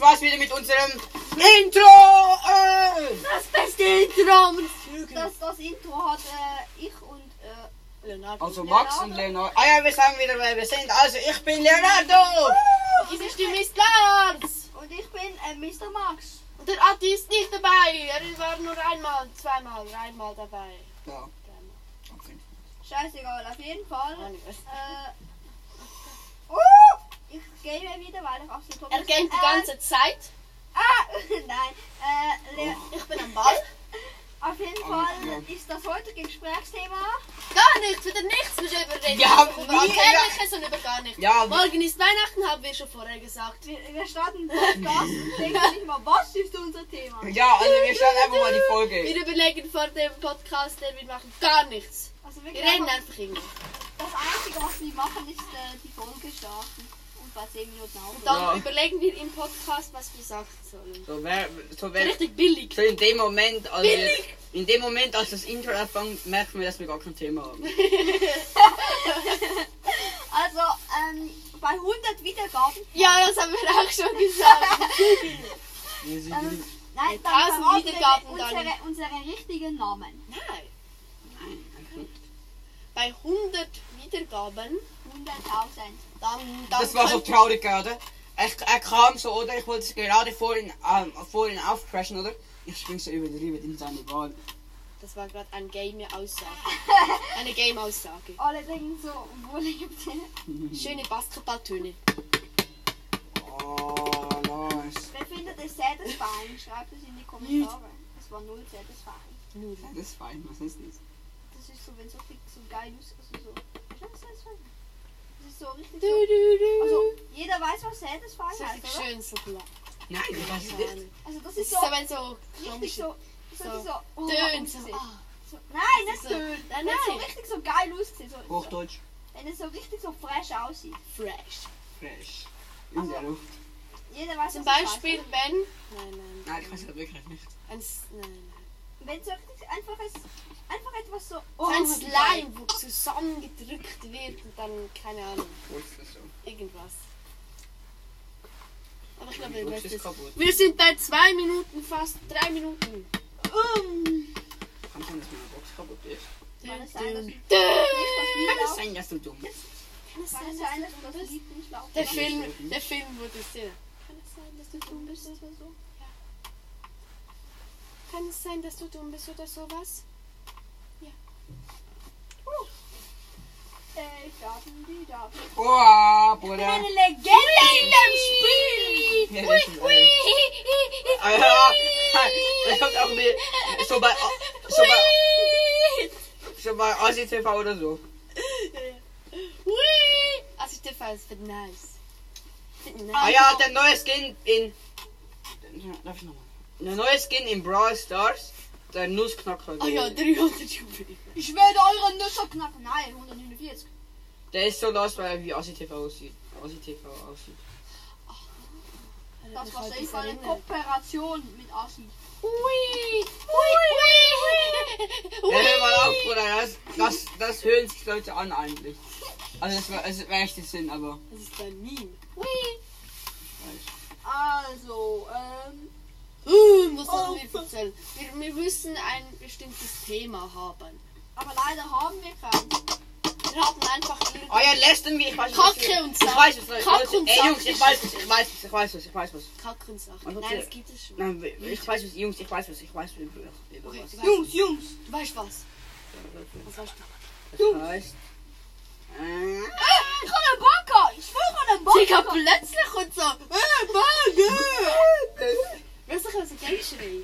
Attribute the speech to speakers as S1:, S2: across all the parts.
S1: war's wieder mit unserem Intro!
S2: Das beste Intro! Und
S1: Äh.
S2: das, das Intro hat äh, ich und äh, Leonardo.
S1: Also Max und Leonardo. Ah ja, wir sagen wieder, wer wir sind. Also ich bin Leonardo!
S3: Diese Stimme ist Lars.
S2: Und ich bin äh, Mr. Max.
S3: Und der Adi ist nicht dabei. Er war nur einmal, zweimal, dreimal dabei.
S1: Ja. Okay.
S2: Scheißegal, auf jeden Fall. Äh, oh, ich gehe wieder, weil ich absolut
S3: Er geht die
S2: Äh,
S3: ganze Zeit.
S2: Ah, nein. Äh, Le
S3: Ich bin am Ball.
S1: Oh.
S2: Auf jeden Fall ist das heutige Gesprächsthema.
S3: Gar nichts, wieder nichts. Wir reden
S1: Ja,
S3: nicht über
S1: nie,
S3: Alltägliches und über gar nichts.
S1: Ja, wir-
S3: Morgen ist Weihnachten, haben wir schon vorher gesagt.
S2: Wir, wir starten einen Podcast und denken nicht mal, was ist unser Thema?
S1: ja, also wir starten einfach mal die Folge.
S3: Wir überlegen vor dem Podcast, wir machen gar nichts.
S2: Also
S3: Wir
S2: wirklich
S3: reden
S2: einfach,
S3: einfach irgendwie.
S2: das Einzige, was wir machen, ist äh, die Folge starten und bei 10 Minuten aufhören.
S3: Dann
S1: Ja.
S3: überlegen wir im Podcast, was wir sagen sollen.
S1: So, wer, so, wer,
S3: Richtig billig.
S1: so in dem Moment, als wir, in dem Moment, als das Intro anfängt, merken wir, dass wir gar kein Thema haben.
S2: Also, ähm, bei 100 Wiedergaben.
S3: Ja, das haben wir auch schon gesagt.
S1: Wir
S3: Ah,
S1: sind
S2: Ähm, nein,
S3: Mit
S2: dann
S3: 1000
S2: verraten wir
S3: Wiedergaben
S2: unsere, unsere richtigen Namen.
S3: Nein. Bei 100 Wiedergaben,
S2: 100.000.
S3: dann, dann
S1: das war so
S3: könnt-
S1: traurig gerade. Ich, er kam so, oder? Ich wollte es gerade vorhin, ähm, vorhin aufcrashen, oder? Ich spring so übertrieben in seine Bahn.
S3: Das war gerade eine Game-Aussage. Eine Game-Aussage.
S2: Alle denken so, wo lebt ihr?
S3: Schöne Basketballtöne.
S1: Oh, nice.
S2: Wer findet es satisfying? Schreibt es in die Kommentare. Es war null satisfying.
S3: Nur.
S1: Ja, Das ist fein, was ist das?
S2: Das ist so, wenn so fix und geil ist. Also so. Ist das satisfying? Das ist so richtig.
S3: Du,
S2: So.
S3: du, du.
S2: Also, jeder weiß, was satisfying
S3: so
S2: heißt,
S3: richtig
S2: oder?
S3: schön so klar.
S1: Nein, das ist
S3: Das
S1: nicht.
S3: ist
S2: Also, das ist so.
S3: so, wenn so
S2: Richtig
S3: komische
S2: so. Das hat so. Oh,
S3: Töne.
S2: ausgesehen.
S3: So. ah.
S2: So- Nein, nicht
S3: Das ist
S2: so.
S3: so-
S2: Nein,
S3: Nein,
S2: Wenn es so
S3: nein.
S2: richtig so geil aussieht. So, so,
S1: Hochdeutsch.
S2: wenn es so richtig so fresh aussieht.
S3: Fresh.
S1: Fresh. In
S3: Ah.
S1: der Luft.
S2: Jeder weiß,
S3: Zum
S2: was es
S3: Beispiel,
S2: heißt.
S3: wenn. Nein, nein.
S1: Nein, ich weiß es wirklich nicht.
S3: Ein, S- nein, nein.
S2: Wenn so richtig einfach ist. Einfach etwas so.
S3: So ein
S2: mein Gott.
S3: Slime, wo zusammengedrückt wird und dann, keine Ahnung,
S1: Wo ist das so?
S3: irgendwas. Aber ich glaube,
S1: Die
S3: wir
S1: Luft
S3: wissen
S1: ist
S3: es.
S1: kaputt.
S3: Wir sind bei zwei Minuten, fast drei Minuten.
S2: Um.
S1: Kann sein, dass meine Box kaputt ist.
S2: Kann es sein, dass nicht
S1: Kann
S2: das
S1: es
S2: Lied
S1: sein, dass du dumm bist?
S2: auf- Kann es sein, dass das Lied nicht laut
S3: Der
S2: ist?
S3: Film, der Film wurde sehr. Kann es sein, dass du dumm
S2: Ist
S3: bist?
S2: das so?
S3: Kann es sein, dass du dumm bist oder sowas?
S2: Ey, Daten, die Daten.
S1: Oh, Bruder.
S2: Legende in
S1: Ja, das ist, äh, Ah, ja. Das kommt auch mit. So bei. So bei. So bei Aussie TV oder so.
S3: Hui! Also ich darf alles wird nice. Wird nice.
S1: Ah ja, der neue Skin in. Ja, Darf ich nochmal? Der neue Skin in Brawl Stars. Der Nussknacker.
S3: Ah ja, 300 Jubiläum.
S2: Ich werde eure Nüsse knacken. Nein, 149.
S1: Der ist so los, weil er wie Aussie TV aussieht. Aussie TV aussieht.
S3: Also,
S2: Das war safe eine Kooperation mit Assi.
S3: Hui! Hui!
S1: Ja, hör mal
S3: Hui!
S1: auf, Bruder. Das, das, das hören sich Leute an eigentlich. Also es war, es war echt der Sinn, aber.
S3: Das ist ein Meme.
S2: Also, ähm,
S3: Uh, was sollen
S2: Oh.
S3: wir erzählen? Wir, wir müssen ein bestimmtes Thema haben.
S2: aber leider haben wir keinen.
S3: Wir haben einfach irgend-
S1: Oh ja, lästern wir, ich weiß
S3: Kacke
S1: was-
S3: und
S1: Ich
S3: Sack.
S1: weiß es, Leute.
S3: Kacke und
S1: Ey,
S3: Sack
S1: Jungs, ich
S3: ist
S1: weiß
S3: es.
S1: es, ich weiß es, ich weiß es, ich weiß es.
S3: Kack und Sache.
S1: Und
S3: Nein,
S1: erzähl.
S3: das gibt es schon.
S1: Nein, ich weiß es, Jungs, ich weiß es, ich weiß es. Ich
S3: Okay,
S1: weiß
S3: du
S1: es.
S3: weißt,
S2: Jungs.
S3: du weißt was? Was weißt du?
S1: Das heißt. Äh,
S2: Äh, ich habe einen Bunker. Ich will einen
S3: Digga,
S2: Bunker.
S3: plötzlich und so. Äh, Mann, äh. Weißt du, was ich einschreie?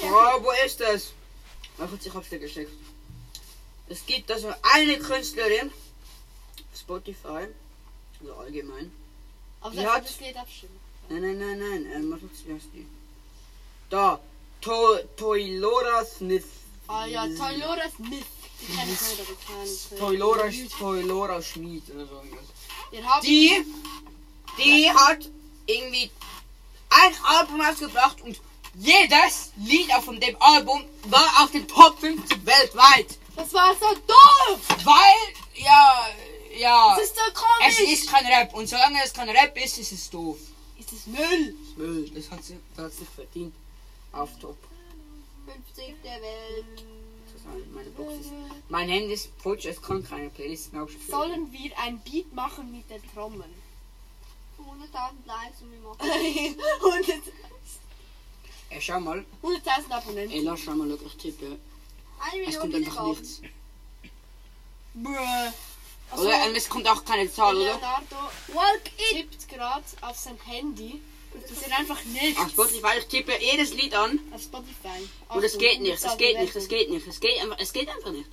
S1: Oh, wo ist das? Man hat sich auf den geschickt. Es gibt also eine Künstlerin, Spotify, also allgemein.
S3: Aber
S1: Ja,
S3: das
S1: das-
S3: das Lied abstimmen.
S1: Nein, nein, nein, nein, ähm, was hat's- wie heißt die? Da, to, Toilora Smith.
S3: Ah ja, Toilora Smith. Die kenne ich nicht, aber ich kann nicht.
S1: Toilora, Toilora Schmid oder so. irgendwas.
S3: Ihr habt
S1: Die, die hat irgendwie ein Album rausgebracht und jedes Lied auf dem Album war auf den Top 50 weltweit.
S3: Das war so doof!
S1: Weil, ja, ja,
S3: Das ist so
S1: es
S3: komisch!
S1: ist kein Rap und solange es kein Rap ist, ist es doof.
S3: Es ist Müll.
S1: Das ist Müll. Das hat sie, das hat sie verdient. Auf Top.
S2: 50 der Welt.
S1: Das ist alles meine Box ist. Mein Handy ist futsch, es kann keine Playlist mehr aufspielen.
S3: Sollen wir ein Beat machen mit den Trommeln?
S2: 100.000 Likes und wir machen.
S3: 100
S1: Ey, schau mal.
S3: 100.000 Abonnenten.
S1: Ey, lass schau mal, schau, ich tippe.
S2: Eine
S1: Es
S2: Million
S1: kommt einfach
S2: Wiedergaben.
S1: nichts.
S3: Bruh. Also,
S1: Oder? Und es kommt auch keine Zahl, oder?
S3: Leonardo
S2: Walk it!
S3: tippt gerade auf sein Handy und passiert einfach nichts.
S1: Auf Spotify, ich tippe jedes Lied an.
S3: Auf Spotify. Also,
S1: Und es geht nicht, es geht nicht, es
S3: das
S1: geht nicht, es geht einfach, es geht einfach nicht.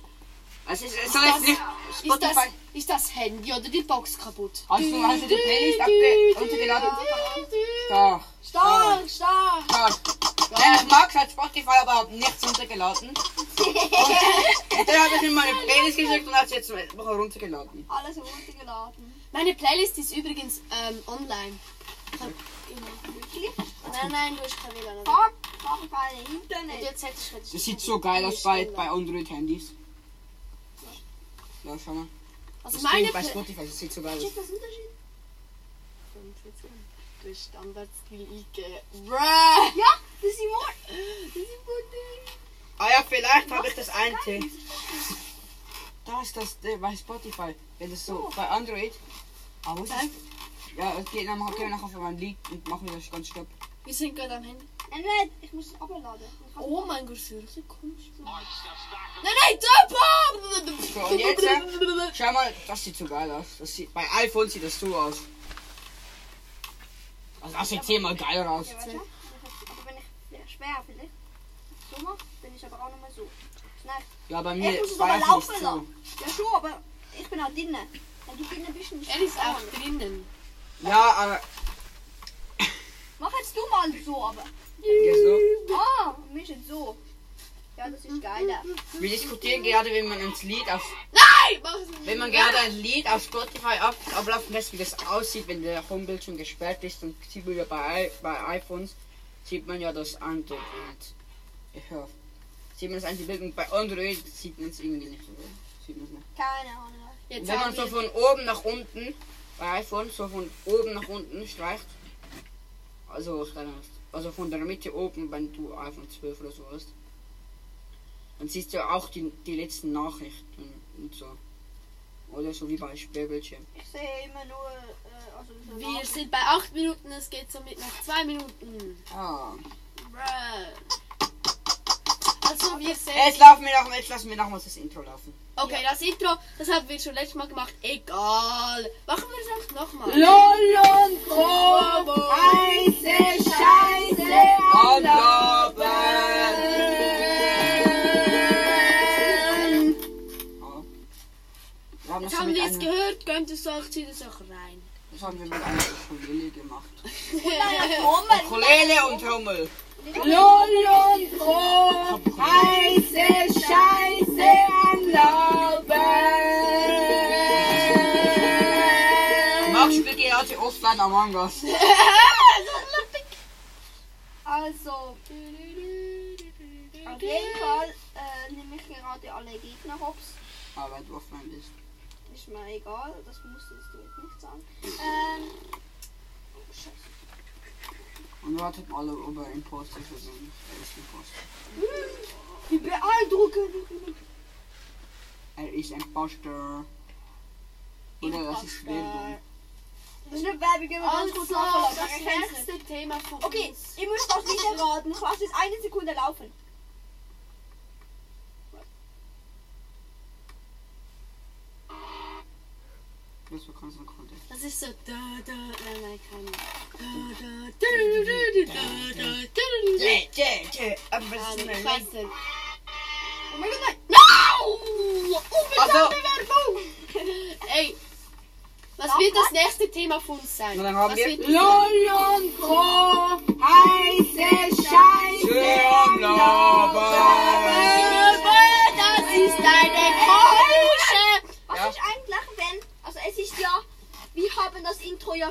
S1: Also Es ist, es soll jetzt nicht.
S3: Ist das,
S1: Spotify.
S3: ist das Handy oder die Box kaputt?
S1: Hast du, hast du die Playlist abge runtergeladen? Doch.
S2: Stark, stark!
S1: Doch. Dennis Max hat Spotify überhaupt nichts runtergeladen. Und, und dann habe ich ihm meine Playlist geschickt und hat sie jetzt eine Woche runtergeladen.
S2: Alles runtergeladen.
S3: Meine Playlist ist übrigens ähm, online. Nein, nein, du hast kein WLAN. oder?
S2: Fuck! Mach keine
S3: Wenn du
S2: Internet.
S3: jetzt hättest, hättest du- halt
S1: Das sieht so geil aus bei, bei Android-Handys. Ja, schau mal.
S3: Also
S1: Das
S3: meine
S1: Ding bei
S3: Pla-
S1: Spotify, das sieht so geil aus.
S2: Check das Unterschied.
S3: Durch Standard-Skill IG. Bruh!
S2: Ja, das ist Wort. Das ist Wort.
S1: Ah ja, vielleicht habe ich das eine. Da ist das äh, bei Spotify. Wenn das so
S2: Oh.
S1: bei Android. Ah, wo ist das? Ja, es geht nachher, okay, nachher auf mein Lied und machen wir das ganz stopp.
S3: Wir sind gerade am Handy.
S2: Internet, ich muss es abladen. Ich kann-
S3: Oh mein Gott, das ist komisch. Nein, nein,
S1: So,
S3: Dopa!
S1: und jetzt, äh, schau mal, das sieht so geil aus. Das sieht, bei iPhone sieht das so aus. Also das sieht zehnmal geiler aus.
S2: Ja, warte. Aber wenn ich vielleicht schwer vielleicht so mache, dann ist aber auch nochmal so. Nein.
S1: Ja, bei mir
S2: Ich muss es
S1: bei
S2: aber
S1: iPhone ist
S2: laufen lassen. Ja schon, aber ich bin halt drinnen. Wenn du drinnen bist, dann
S3: Er ist auch
S2: anders.
S3: drinnen.
S1: so. Ja, aber
S2: Mach jetzt du mal so, aber.
S1: ja, so.
S2: Ah, mir ist jetzt so. Ja, das ist geiler.
S1: wir diskutieren gerade, wenn man ein Lied auf
S3: Nein! Mach es nicht.
S1: wenn man gerade ein Lied auf Spotify ab, ablaufen lässt, wie das aussieht, wenn der Homebildschirm gesperrt ist und sieht man ja bei, i- bei iPhones sieht man ja das andere Bild. Ich hör. Sieht man das andere Bild und bei Android sieht man es irgendwie nicht. Oder? Sieht man's nicht.
S2: Keine Ahnung.
S3: Jetzt
S1: Wenn man
S3: haben
S1: so
S3: wir-
S1: von oben nach unten, bei iPhone, so von oben nach unten streicht, also, streichst, also von der Mitte oben, wenn du iPhone 12 oder so hast, dann siehst du auch die, die letzten Nachrichten und so. Oder so wie bei Sperrbildschirm.
S2: Ich sehe immer nur. Äh, also so
S3: Wir
S2: Namen.
S3: sind bei 8 Minuten, es geht somit noch 2 Minuten.
S1: Ah.
S3: Bruh. Also wir sehen.
S1: Jetzt laufen wir noch, jetzt lassen wir nochmals das Intro laufen.
S3: Okay, das Intro, das haben wir schon letztes Mal gemacht. Egal. Machen wir es einfach nochmal.
S1: Lolon Probo! Heiße Scheiße! Und Loben! Wir haben das,
S3: Jetzt haben
S1: mit
S3: wir es
S1: einem-
S3: gehört, gönnt es euch, zieht es euch rein.
S1: das haben wir mit einer Ukulele gemacht.
S2: Moment.
S1: Ukulele und Hummel.
S4: Lolon Pro, heiße Scheiße am Laufen.
S1: Max spielt gerade offline Among Us.
S2: Also. Auf jeden Fall äh, nehme ich gerade alle Gegner hops.
S1: Ah, weil du offline bist.
S2: Ist mir egal, das musst du jetzt nicht sagen. Ähm. Oh, Scheiße.
S1: Und wartet alle, ob er Imposter ist oder nicht. Er ist Imposter.
S2: Wie beeindruckend.
S1: Er ist Imposter. Oder das ist Werbung.
S2: Das ist eine Werbung, die wir ganz
S3: Also,
S2: kurz laufen
S3: das
S2: lassen. Ich kenn's.
S3: nächste Thema von
S2: Okay,
S3: uns.
S2: ihr müsst das nicht erraten. Ich lasse es eine Sekunde laufen.
S1: Das war ganz ein Kontext.
S3: Das ist so. Da, da, nein, nein, keine. Da, da, da, da, da, da, da, da, da.
S1: Yeah, yeah, yeah. Aber was ist
S3: Keine
S1: denn das?
S3: Scheiße.
S2: Oh mein Gott, nein. Oh
S3: No!
S1: Also,
S3: Ey, was wird das nächste Thema von uns sein?
S1: Na, dann haben
S3: was
S1: wir-
S3: wird-
S4: Lolon Pro, heiße Scheiße am Laufen.
S3: Das ist eine komische.
S2: Was
S1: Ja.
S2: ist eigentlich, wenn. Also, es ist ja. Wir haben das Intro ja